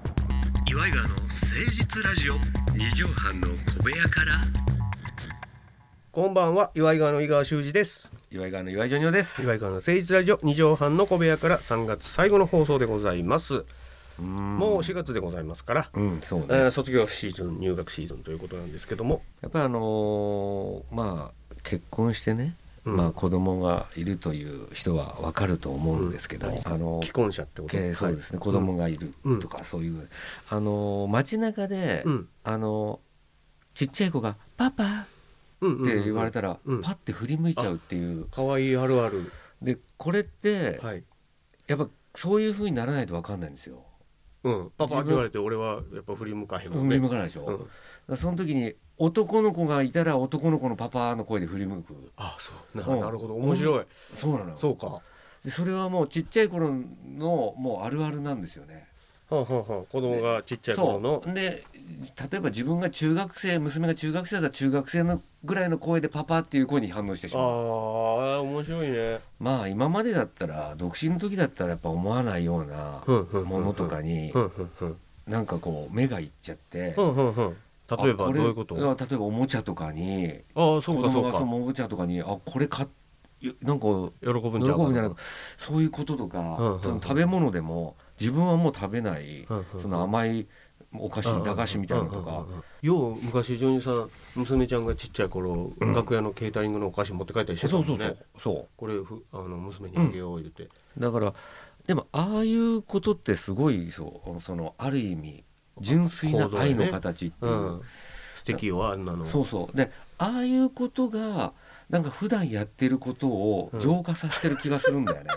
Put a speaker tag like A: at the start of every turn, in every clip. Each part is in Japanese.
A: タイガーの誠実ラジオ
B: 二畳半の小部屋から
C: こんばんは岩井川の井川修司です
B: 岩井川の岩井ジョニオです
C: 岩井川の誠実ラジオ二畳半の小部屋から3月最後の放送でございますもう4月でございますから、
B: うんそうね
C: えー卒業シーズン入学シーズンということなんですけども
B: やっぱりあのーまあ結婚してね、
C: うん
B: まあ子供がいるという人はわかると思うんですけど、
C: うん
B: あのー
C: 既婚者ってこと
B: けそうですね、子供がいるとか、そういうあのー街中で、
C: うん
B: あのーちっちゃい子が「パパ」
C: うん
B: って言われ
C: た
B: たら、
C: うん
B: パッて振り向いちゃうっていう
C: 可愛いあるある
B: でこれって、
C: はい
B: やっぱそういうふうにならないとわかんないんですよ。
C: うんパパ
B: 自分
C: って言われて俺はやっぱ振り向かへんもん
B: 振
C: ね
B: り向かないでしょ、
C: う
B: だか
C: ん
B: らその時に男の子がいたら男の子のパパの声で振り向く
C: あそう
B: う
C: なんなるほど面白い
B: そうなのよ
C: そうかは
B: でそれはもうちっちゃい頃のもうあるあるなんですよね。
C: あはあはあ子供がちっちゃい頃の
B: そうで例えば自分が中学生娘が中学生だったら中学生のぐらいの声でパパっていう声に反応してし
C: あ
B: まう
C: あ面白いね
B: まあ今までだったら独身の時だったらやっぱ思わないようなも
C: も
B: のとかに
C: うんうんうん
B: なんかこう目がいっちゃって
C: う。んうんうん例えばどう
B: あれ
C: いうこと
B: 例えばおもちゃとかに
C: ああそうか
B: 子
C: そ
B: 供
C: う
B: が
C: か
B: そのおもちゃとかにあこれ買っなん
C: 喜
B: か
C: ぶん
B: 喜
C: ちゃうか
B: ぶんじゃないかそういうこととか、
C: うんうんうん
B: その食べ物でも自分はもう食べない、
C: うんうん
B: その甘いお菓
C: うんう
B: 子
C: ん
B: 駄菓子みたいなのとか、
C: うんうんうんよう昔ジョニーさん娘ちゃんがちっちゃい頃、
B: うん
C: 楽屋のケータリングのお菓子持って帰ったりして
B: そう
C: たも
B: そ
C: ん
B: う
C: ね
B: そう、そ
C: これふあの娘にあげよう言って、
B: うだからでもああいうことってすごいそうそのある意味純粋な愛の形っていうう、
C: ん素敵よあんなの
B: そうそうでああいうことがなんか普段やってることを浄化させてる気がする んだよね、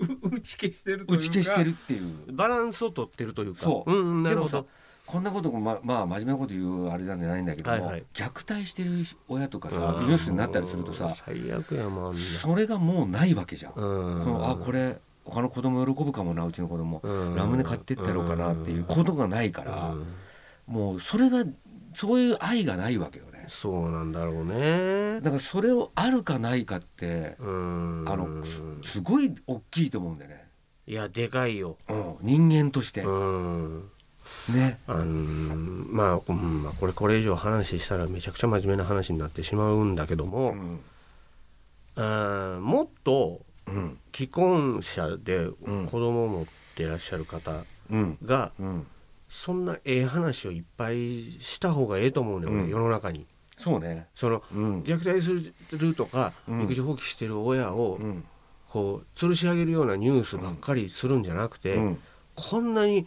C: う打ち消してる
B: 打ち消してるっていう。
C: バランスを取ってるというか
B: そう
C: うんうん、な
B: で
C: る
B: も
C: ほ
B: さ
C: ど
B: こんなこともままあ真面目なこと言うあれなんじゃないんだけども、
C: はいはい
B: 虐待してる親とかさ
C: うん
B: ニュースになったりするとさ
C: 最悪やもんあんな
B: それがもうないわけじゃん。
C: う
B: そ
C: ん
B: のあこれ他の子供喜ぶかもなうちの子供
C: うん
B: ラムネ買ってったろうかなっていうことがないか
C: う
B: ら
C: ん
B: もうそれがそういう愛がないわけよね。
C: そうなんだろうね
B: だからそれをあるかないかって
C: うん
B: あのすごい大きいと思うんだよね。
C: いやでかいよ
B: うん、人間として
C: うん
B: ね。
C: あのまあ、うんまあ、これこれ以上話したらめちゃくちゃ真面目な話になってしまうんだけど
B: う
C: も、
B: ん
C: あーもっと
B: うん
C: 既婚者で
B: ん
C: 子供を持ってらっしゃる方
B: うん
C: が、
B: うん
C: そんなええ話をいっぱいした方がええと思うね、俺
B: うん
C: 世の中に。
B: そうね。
C: その
B: うん
C: 虐待するとか、
B: うん
C: 育児放棄してる親を
B: うん
C: こう吊るし上げるようなニュースばっかりするんじゃなくて、
B: うん
C: こんなに、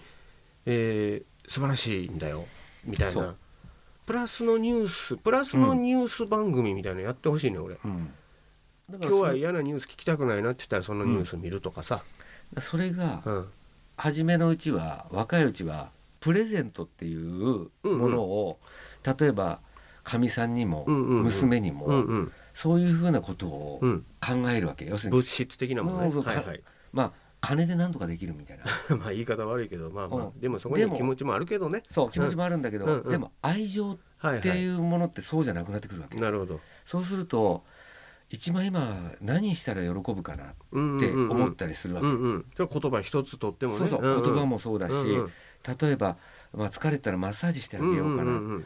C: えー素晴らしいんだよみたい
B: そ
C: な
B: う
C: プラスのニュースプラスのニュース番組みたいなのやってほしいね、俺
B: うんだか
C: 今日
B: らそ
C: は嫌なニュース聞きたくないなって言ったらそのニュース見るとかさ、
B: それが
C: うん
B: 初めのうちは若いうちはプレゼントっていうものを、例えばかみさんにも
C: うんうんうん
B: 娘に
C: うん
B: も
C: うん
B: そういうふうなことを
C: うん
B: 考えるわけ要するに
C: 物質的なものね、
B: うん
C: はいはい
B: まあ金で何とかできるみたいな
C: まあ言い方悪いけどまあまあ、
B: う
C: でもそこに
B: で
C: は
B: も
C: 気持ちもあるけどね
B: そう気持ちもあるんだけど、
C: うんうん
B: でも愛情
C: はい
B: って
C: はいいう
B: ものってそうじゃなくなってくるわけ、
C: なるほど
B: そうすると一番今何したら喜ぶかなっ
C: うん
B: て思っ
C: った
B: りするわ
C: う
B: け、
C: んうんそれは言葉一つとってもね
B: そうそう、
C: んん
B: 言葉もそうだし、
C: うんうん
B: 例えば、まあ、疲れたらマッサージしてあげようかな、
C: うんうん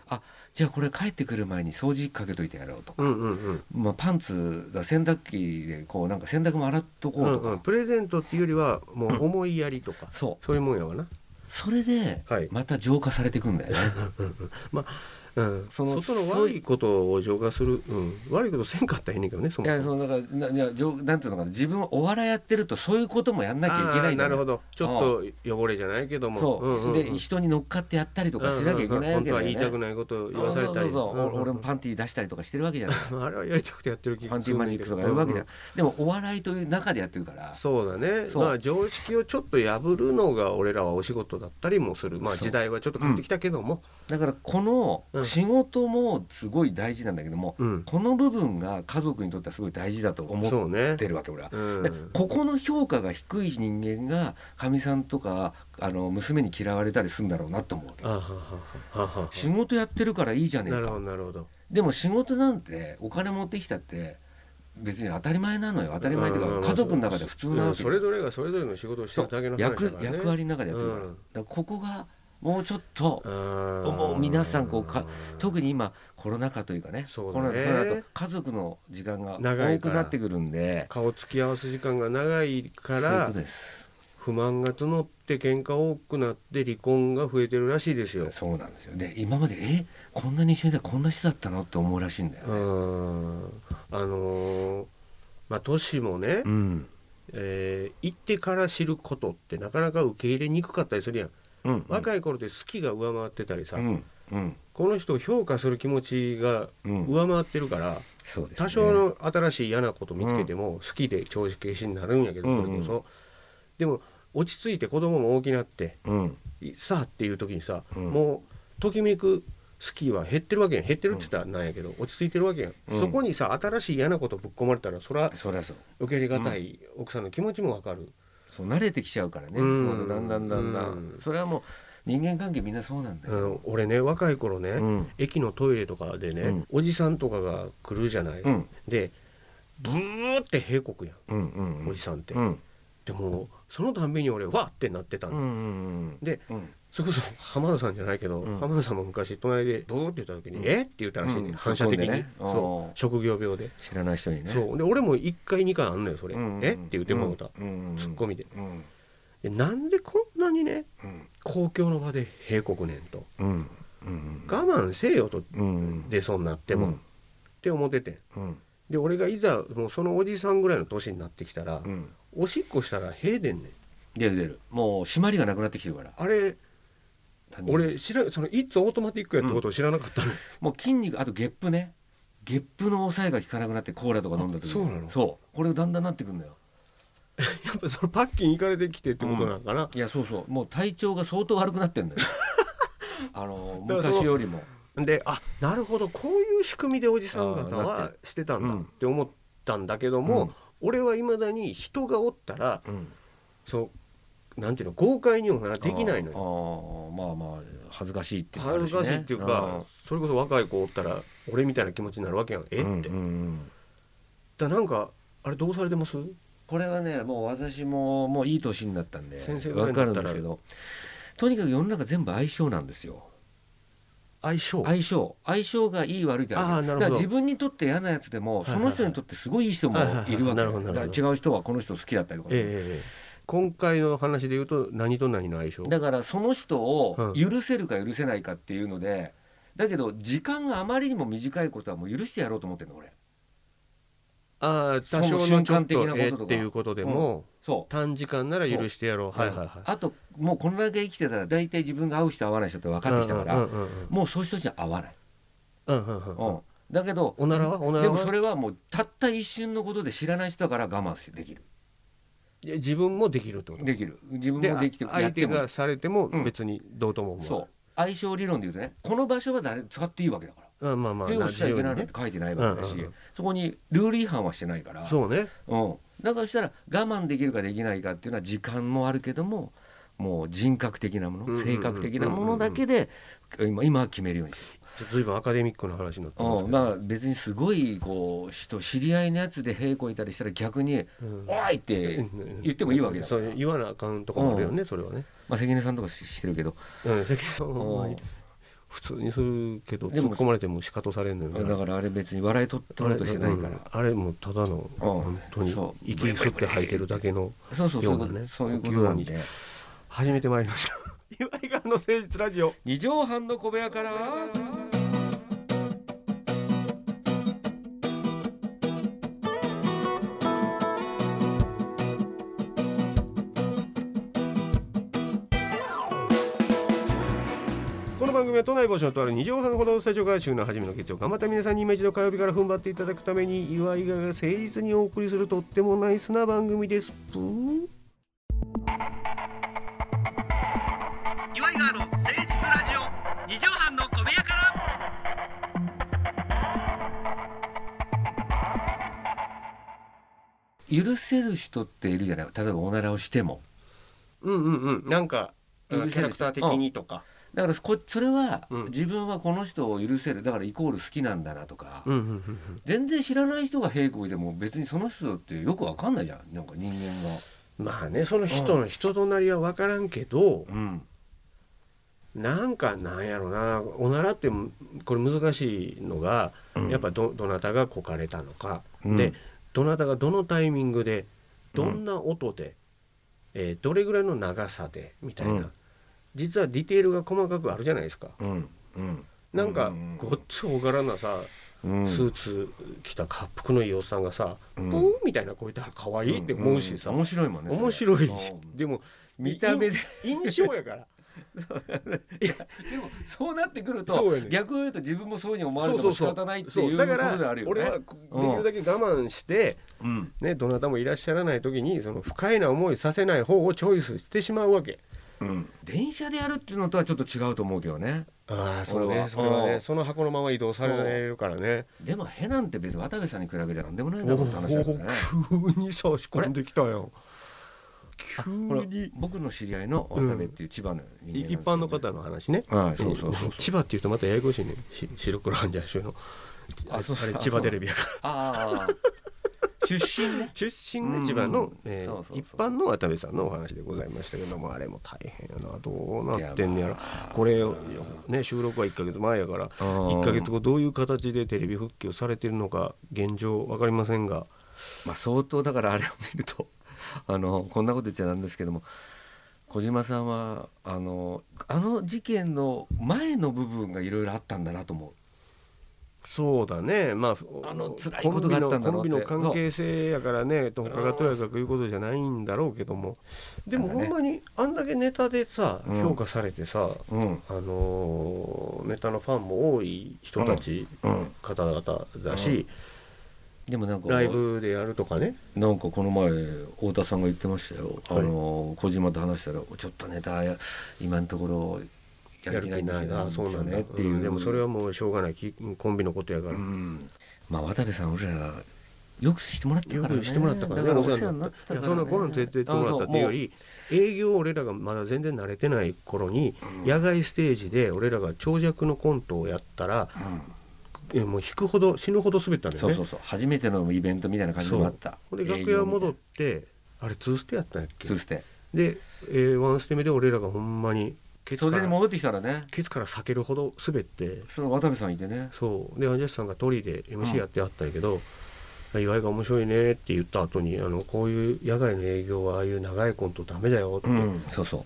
B: じゃあこれ帰ってくる前に掃除機かけといてやろうとか、
C: うんうんうん
B: まあ、パンツが洗濯機でこうなんか洗濯も洗っとこ
C: う
B: うんとか、
C: うんプレゼントっていうよりはもう思いやりとか、
B: そう
C: そういうもんやわな
B: それで
C: はい
B: また浄化されていくんだよね
C: うん、
B: その
C: 外の
B: そう
C: 悪いことを浄化する、うん、悪いことせんかったらええねんけどねそ
B: い
C: も
B: や
C: そ
B: そ
C: も
B: のなんかないや浄なんていうのかな自分はお笑いやってるとそういうこともやんなきゃいけないじゃ
C: あー
B: な
C: るほ
B: い
C: どちょっと汚れじゃないけども
B: そう、
C: んんん
B: で人に乗っかってやったりとかしなきゃいけないわけだよね、
C: うんうんうん本当は言いたくないことを言わされたり
B: そうそうそ
C: ん
B: う、
C: んん
B: 俺もパンティー出したりとかしてるわけ じゃない
C: あれはやりたくてやってる気
B: パンティーマジックとか
C: す
B: やる
C: んだ
B: わ
C: け
B: け
C: ど
B: じゃん、でもお笑いという中でやってるから
C: そうだね
B: そう
C: まあ常識をちょっと破るのが俺らはお仕事だったりもするまあ
B: そう
C: 時代はちょっと変わってきたけども
B: だからこ
C: うん
B: の仕事もすごい大事なんだけども、
C: うん、
B: この部分が家族にとってはすごい大事だと思
C: そうね
B: ってるわけ俺は。
C: うん
B: でここの評価が低い人間がかみさんとかあの娘に嫌われたりするんだろうなと思うわけ
C: あははははは
B: 仕事やってるからいいじゃねえ
C: なるほど
B: か
C: なるほど
B: でも仕事なんてお金持ってきたって別に当たり前なのよ当たり前っていううんか家族の中で普通な
C: う
B: わ
C: ん
B: け
C: それぞれがそれぞれの仕事をしてるだけの話だか
B: 役
C: らね
B: 役割の中でやってるから,、
C: うん
B: だからここがもうちょっと
C: も
B: もう皆さんこうか特に今コロナ禍というかね
C: そう
B: コ
C: だ
B: ロ
C: ね
B: ナコロナだと家族の時間が
C: 長い
B: 多
C: か
B: く
C: ら
B: なってくるんで
C: 顔つき合わす時間が長いか
B: そういうこ
C: ら
B: とです
C: 不満が募って喧嘩多くなって離婚が増えてるらしいですよ。
B: そうなんですよで今までえこんなに一緒にいたらこんな人だったのって思うらしいんだよ
C: う、んあのーまあ年もね、
B: うん
C: えー行ってから知ることってなかなか受け入れにくかったりするやん
B: うん、
C: 若い頃って好きが上回ってたりさ、
B: うんうん
C: この人を評価する気持ちが
B: うん
C: 上回ってるから、
B: そうですね
C: 多少の新しい嫌なこと見つけても好きで調子軽視になるんやけどそれこそ、
B: う
C: でも落ち着いて子供も大きなって
B: うん
C: さあっていう時にさ、
B: うん
C: もうときめく好きは減ってるわけやん減ってるって言ったらなんやけど、落ち着いてるわけやん、
B: うん
C: そこにさ新しい嫌なことぶっ込まれたらそら
B: そりゃそう
C: 受け入れがたい、奥さんの気持ちもわかる、
B: そう慣れてきちゃうからね、
C: うん
B: もうだんだんだんだん、
C: うん
B: それはもう人間関係みんなそうなんだ
C: あ
B: よ、
C: の俺ね若い頃ね、
B: うん
C: 駅のトイレとかでね、
B: うん
C: おじさんとかが来るじゃない、
B: うん
C: でブーって閉国やん
B: うんうんうん
C: おじさんって、
B: うん
C: でもそのたんびに俺わっってなってた
B: う
C: の、
B: んうん
C: で
B: うん
C: それこそ浜田さんじゃないけど、
B: うん
C: 浜田さんも昔隣でブーって言った時に「
B: うん
C: えっ?」て言ったらしいね、
B: うん
C: 反射的に、
B: 突っ込んでね
C: そ
B: あ
C: う職業病で、
B: 知らない人にね
C: そうで俺も1回2回あんのよそれ「
B: うんうん
C: えっ?」て言ってもうた、
B: うん
C: ツッコミで
B: うん
C: でなんでこんなにね
B: うん
C: 公共の場で閉国ねんと
B: うんうん
C: 我慢せよと
B: うん
C: 出そうになっても、って思っててん
B: うん
C: で俺がいざもうそのおじさんぐらいの年になってきたら、
B: うん
C: おしっこしたら閉でんねん
B: 出る出るもう締まりがなくなってきてるから
C: あれ
B: 単純に
C: 俺知らその「いつオートマティック」やってことを知らなかったのよ、
B: もう筋肉あとゲップねゲップの抑えが効かなくなってコーラとか飲んだ時
C: あそうなの
B: そうこれだんだんなってくんだよ
C: やっぱ そのパッキン行かれてきてってことなのかな、
B: いやそうそうもう体調が相当悪くなってん だよあの
C: だからその
B: 昔よりも
C: であなるほどこういう仕組みでおじさん方
B: あーなっ
C: はしてたんだ
B: うん
C: って思ったんだけども、
B: うん
C: 俺はいまだに人がおったら
B: うん
C: そうなんていうの豪快にもなできないのよ
B: よああまあまあ恥ずかしいっていうのもあ
C: 恥
B: る
C: ずかしいっ
B: ね
C: ていうかそれこそ若い子おったら俺みたいな気持ちになるわけやんえ
B: う
C: って、だ
B: んう
C: か
B: んうん
C: らなんかあれどうされてます
B: これはねもう私ももういい年になったんで
C: 先生ぐらい
B: わ
C: にな
B: か
C: ったら
B: るんですけどとにかく世の中全部相性なんですよ
C: 相性
B: 相性相性がいい悪いって
C: あ
B: あ
C: あ
B: る
C: なる
B: だ
C: ほ
B: から
C: ど
B: 自分にとって嫌なやつでも
C: はいはい
B: その人にとってすごいいい人もいるわけ
C: はいはいはいなるほどなるほど
B: だから違う人はこの人好きだったりとかする
C: ええ今回の話で言うと何と何の相性
B: だからその人を
C: う
B: 許せるか許せないかっていうのでだけど時間があまりにも短いことはもう許してやろうと思ってるの俺
C: ああ多少
B: その
C: の
B: 瞬
C: ちょっ
B: 間的
C: と
B: なこととか
C: えっていうことでも、
B: そう
C: 短時間なら許してやろうはいはいはい
B: あともうこれだけ生きてたら大体自分が合う人合わない人って分かってきたから、
C: うんうんうん
B: もうそういう人じゃ合わない、
C: うんうんうん
B: うんだけど
C: おならはおな
B: で
C: ら
B: もそ
C: は
B: れはもうたった一瞬のことで知らない人だから我慢できる
C: いや自分もできるってこと
B: できる自分
C: で
B: もできてや
C: 相
B: っ
C: 手
B: ても
C: がされても
B: うん
C: 別にどうとも思わ
B: そう相性理論で言うとねこの場所は誰使っていいわけだから
C: う、うん、まあまあ
B: 手をしちゃいけないのっ
C: ね
B: て書いてないわけだし、
C: うんうんうん
B: そこにルール違反はしてないから
C: そうね
B: うん、だからしたら我慢できるかできないかっていうのは時間もあるけどももう人格的な
C: う
B: も
C: んうんう
B: の
C: ん
B: 性格的なものだけで今今は決めるようにしてる
C: ちょずいぶんアカデミックな話になってます
B: うん、
C: けど、
B: まあ別にすごいこう人知り合いのやつで平行いたりしたら逆に
C: うん
B: 「おい!」って、言ってもいいわけだ
C: そう言わなあかんとかもあるよね、それはね
B: まあ、関根さんとかししてるけど、
C: うん 関さんはほんま
B: う
C: に
B: ん
C: 普通にするけど
B: で
C: 突
B: も
C: っ込まれても仕方されんのよ
B: だからあれ別に笑い取ってろうとしてないか
C: あ
B: ら、
C: れ,うん、あれもただの本当に
B: そう
C: 息吸って吐いてるだけの
B: そうそうそういうこと、
C: ようなね
B: そういうことなんで
C: 初めて参りました 岩井川の誠実ラジオ
B: 二畳半の小部屋から
C: この番組は都内防止のとある2畳半ほどのスタジオから週の初めの月曜頑張った皆さんに今一度火曜日から踏ん張っていただくために岩井川が誠実にお送りするとってもナイスな番組ですぷー
A: 岩井川の誠実ラジオ
B: 二畳半の小部屋から許せる人っているじゃない例えばおならをしても
C: うんうんうんなんか
B: うん
C: キャラクター的にとか
B: だからこそれは
C: うん
B: 自分はこの人を許せるだからイコール好きなんだなとか、
C: うんうんうんうん
B: 全然知らない人が平行でも別にその人ってよくわかんないじゃんなんか人間が。
C: まあねその人の人となりは分からんけど、
B: うん
C: なんかなんやろなおならってこれ難しいのが、
B: うん
C: やっぱどどなたがこかれたのか、
B: うん
C: でどなたがどのタイミングでどんな音で、えーどれぐらいの長さでみたいな、
B: うん
C: 実はディテールが細かくあるじゃないですか。
B: うんうん
C: なんか
B: うんうんうん
C: ごっつ大柄なさ、
B: うん
C: スーツ着た恰幅のいいおっさんがさ、
B: うん
C: プーみたいな声で可愛いって思うしさ、
B: ん面白いもんねそれ
C: 面白いし
B: うん
C: でも
B: 見た目で
C: 印象や から
B: でもそうなってくる
C: そう
B: と、
C: やねん
B: 逆を言うと自分もそういうふうに思われ
C: そう
B: て
C: そ
B: も
C: うそう
B: 仕方ないって
C: そ
B: いうう
C: だ
B: こ
C: から
B: とであるよ
C: 俺
B: ね
C: は。できるだけ我慢して、
B: うん
C: ね、どなたもいらっしゃらない時にその不快な思いさせない方をチョイスしてしまうわけ
B: うん電車でやるっていうのとはちょっと違うと思うけどね
C: ああそ
B: 俺
C: れ
B: は
C: ねそれは
B: う
C: ね
B: ん
C: その箱のまま移動されるからね
B: でもへなんて別に渡部さんに比べたらなんでもない
C: お
B: だ
C: お
B: ろうって話だからね
C: ー急に差し込んできたよ急
B: ほら
C: に
B: 僕の知り合いの渡部っていう千葉の人間なんです
C: い
B: よね
C: 一般の方の話ね
B: はいそうそうそうそう
C: 千葉っていうとまたややこしいねし白黒犯罪集の
B: あ
C: あ
B: そうそう
C: れ千葉テレビやから
B: ああ 出身ね
C: 出身で千葉
B: うんう
C: の
B: ん、
C: えー
B: そうそうそう
C: 一般の渡部さんのお話でございましたけどもあれも大変やなどうなってんねやろこれね収録は1ヶ月前やから
B: 1
C: 1ヶ月後どういう形でテレビ復旧されてるのか現状わかりませんが
B: まあ、相当だからあれを見ると あのこんなこと言っちゃなんですけども小島さんはあのあの事件の前の部分がいろいろあったんだなと思
C: そうだねまあ
B: あの辛いことがあったんだろ
C: コ
B: うっ
C: ンビ
B: て
C: のコンビの関係性やからね他がとやかくいうことじゃないんだろうけどもでも
B: なん
C: ほ
B: かね
C: んまにあんだけネタでさ
B: うん
C: 評価されてさ
B: う。うん
C: あのーネタのファンも多い人たち
B: うん、
C: 方々だし
B: でもなんか
C: ライブでやるとかね
B: なんかこの前太田さんが言ってましたよ、
C: はい
B: あの小島と話したら「ちょっとネタや今のところや
C: や
B: る
C: る
B: 気
C: 気
B: ないんで
C: な
B: す
C: いなそうな
B: よ
C: んだ
B: ね」
C: っ
B: って
C: て
B: い、
C: いううでもそれはもうしょうがないきコンビのことやか
B: う
C: ら
B: んまあ渡部さん俺らよくしてもらったから
C: よ
B: ね
C: くしてもらったからね、
B: だ
C: お
B: お世
C: 世
B: 話
C: 話
B: に
C: に
B: な
C: な
B: っ
C: ってて
B: た
C: た
B: から、
C: から、
B: ね、
C: そんなご飯連れてってもらったっていうより、営業俺らがまだ全然慣れてない頃に、
B: あそうもう
C: 野外ステージで俺らが長尺のコントをやったら、
B: うん
C: えもう引くほど死ぬほど滑ったんだよ
B: そう
C: ね。
B: そうそう初めてのイベントみたいな感じでもあった
C: ほんで楽屋戻
B: っ
C: ってて、あれツーステやったんやっけ
B: 通し。て
C: で、えーワンステ目で俺らがほんまにケツ
B: そ
C: か
B: れで
C: ら
B: 戻ってきたらね
C: ケツから裂けるほど滑って、
B: その渡部さんいてね
C: そうでアンジャッシュさんがトリで
B: うん
C: MC やってあったんやけど「岩井が面白いね」って言った後にあのこういう野外の営業はああいう長いコントダメだよ」って、
B: そうそ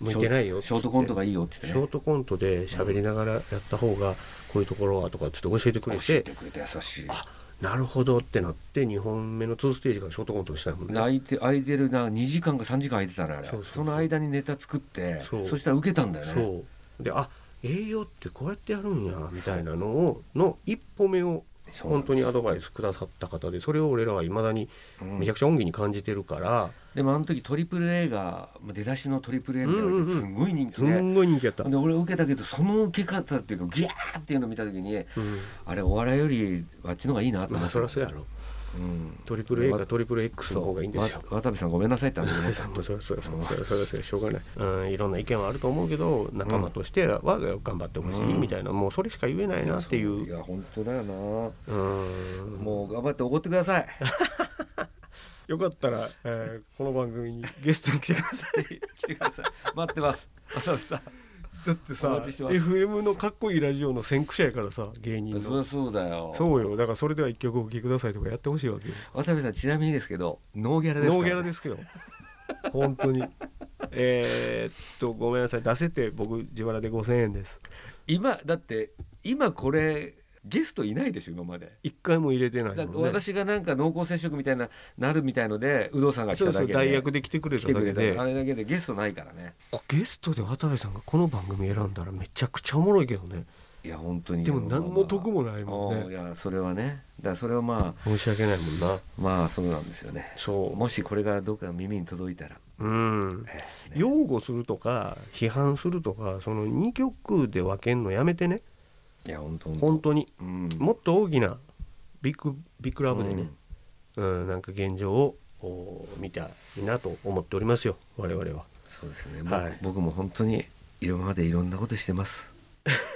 B: う
C: 向いてないよ」
B: ショートコント
C: が
B: がいいよって
C: シ
B: 言って
C: ョー
B: ね
C: トコントで喋りながらやった方がこういうところはとかちょっと教えてくれ
B: 教え
C: て
B: てくれて優しい
C: あなるほどってなって2本目の2ステージからショートコントにしたもんね
B: 泣いて空いてるな2時間か3時間空いてたらあれ
C: そうそうそう
B: その間にネタ作って
C: そう
B: そしたら受けたんだよね
C: そうであ営業ってこうやってやるんやみたいなのをの一歩目を
B: そう
C: 本当にアドバイスくださった方でそれを俺らはいまだに
B: うん
C: めちゃくちゃ恩義に感じてるから、
B: でもあの時トリプル A がまあ出だしのトリプル A みたいなのがすごい人気
C: す
B: で、
C: んごい人気やった、
B: で俺受けたけどその受け方っていうかギャーっていうのを見た時にあれお笑いよりあっちの方がいいなと思
C: ま
B: っ
C: あ
B: て、
C: そりゃそうやろ
B: うん、
C: トリプル A かトリプル X の方がいいんですよ
B: わ渡部さんごめんなさいってあげてくださ い
C: もうそりゃそうやそりゃそうやそりゃしょうがない、うん、いろんな意見はあると思うけど仲間としては頑張ってほしいみたいな、もうそれしか言えないなってい、
B: いうや本当だよな
C: うん、
B: もう頑張って怒ってください
C: よかったら、えーこの番組にゲストに来てください
B: 来てください待ってます渡部さん
C: だって
B: お
C: さ
B: 待ちしてます
C: FM のかっこいいラジオの先駆者やからさ芸人
B: そり
C: の
B: ゃそうだよ
C: そうよだからそれでは一曲お聴きくださいとかやってほしいわけよ
B: 渡部さんちなみにですけどノーギャラですから、
C: ノーギャラですすけど本当にえーっとごめんなさい出せて僕自腹で5000円です
B: 今だって今これゲストいないでしょ今まで
C: 一回も入れてない
B: だから
C: もんね
B: 私がなんか濃厚接触みたいななるみたいので有働さんが来
C: そ
B: た
C: う
B: だ
C: そ
B: け
C: う
B: で
C: 代役で来てくれ
B: 来
C: た
B: て
C: だ
B: くれ
C: け
B: た
C: で
B: あれだけでゲストないからね
C: ゲストで渡部さんがこの番組選んだらめちゃくちゃおもろいけどね
B: いや本当に
C: でも何も得もないもん
B: い
C: ね
B: やそれはねだからそれはまあ
C: 申し訳ないもんな
B: まあそうなんですよね
C: そ
B: もしこれがどっかの耳に届いたら、
C: ううん
B: ええね
C: 擁護するとか批判するとかその2曲で分けんのやめてね
B: いや本当に
C: 本当に
B: うん
C: もっと大きなビッグビッグラブでね、うん、なんか現状をこう見たいなと思っておりますよ我々は
B: そうですね、
C: はい
B: 僕僕も本当に今までいろんなことしてます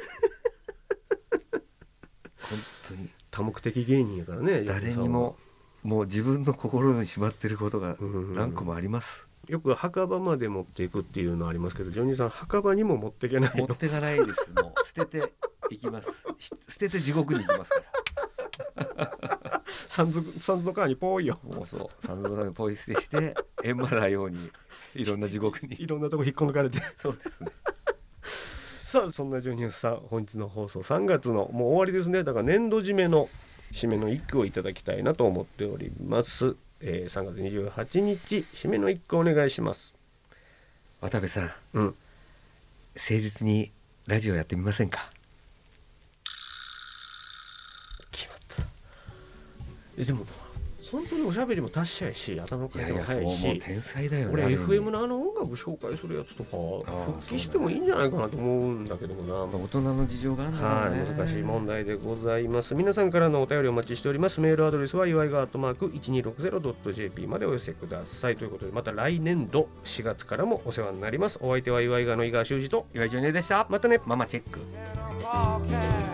B: 本当に
C: 多目的芸人やからね
B: 誰にももう自分の心にしまってることが何個もあります、
C: よく墓場まで持っていくっていうのありますけどジョニーさん墓場にも持っていけないの
B: 持ってかないですもう捨てていきますし捨てて地獄に行きますから
C: 山賊山賊川にポーイよ
B: もうそう三蔵さんにポイ捨てして閻魔らようにいろんな地獄に
C: いろんなとこ引っこ抜かれて
B: そうですね
C: さあそんなジョニーさん本日の放送3月のもう終わりですねだから年度締めの締めの一句をいただきたいなと思っております、えー、3月28日締めの一句お願いします
B: 渡部さん
C: うん
B: 誠実にラジオやってみませんか
C: 決まったえでも本当におしゃべりも達者やし頭の
B: い
C: 回
B: や
C: 転
B: い
C: も早
B: やそう
C: いし
B: もう天才だよね
C: 俺
B: ある意味
C: FM のあの音楽紹介するやつとか
B: あー
C: 復帰してもいいんじゃないかなと思うんだけどもな
B: 大人の事情があるんだろ
C: は
B: うね
C: い、難しい問題でございます。皆さんからのお便りお待ちしております。メールアドレスは祝いがアットマーク 1260.jp までお寄せください。ということで、また来年度4月からもお世話になります。お相手は祝いがの井川修司と、
B: 岩井ジョニーでした
C: またね。
B: ママチェック
A: and a walking.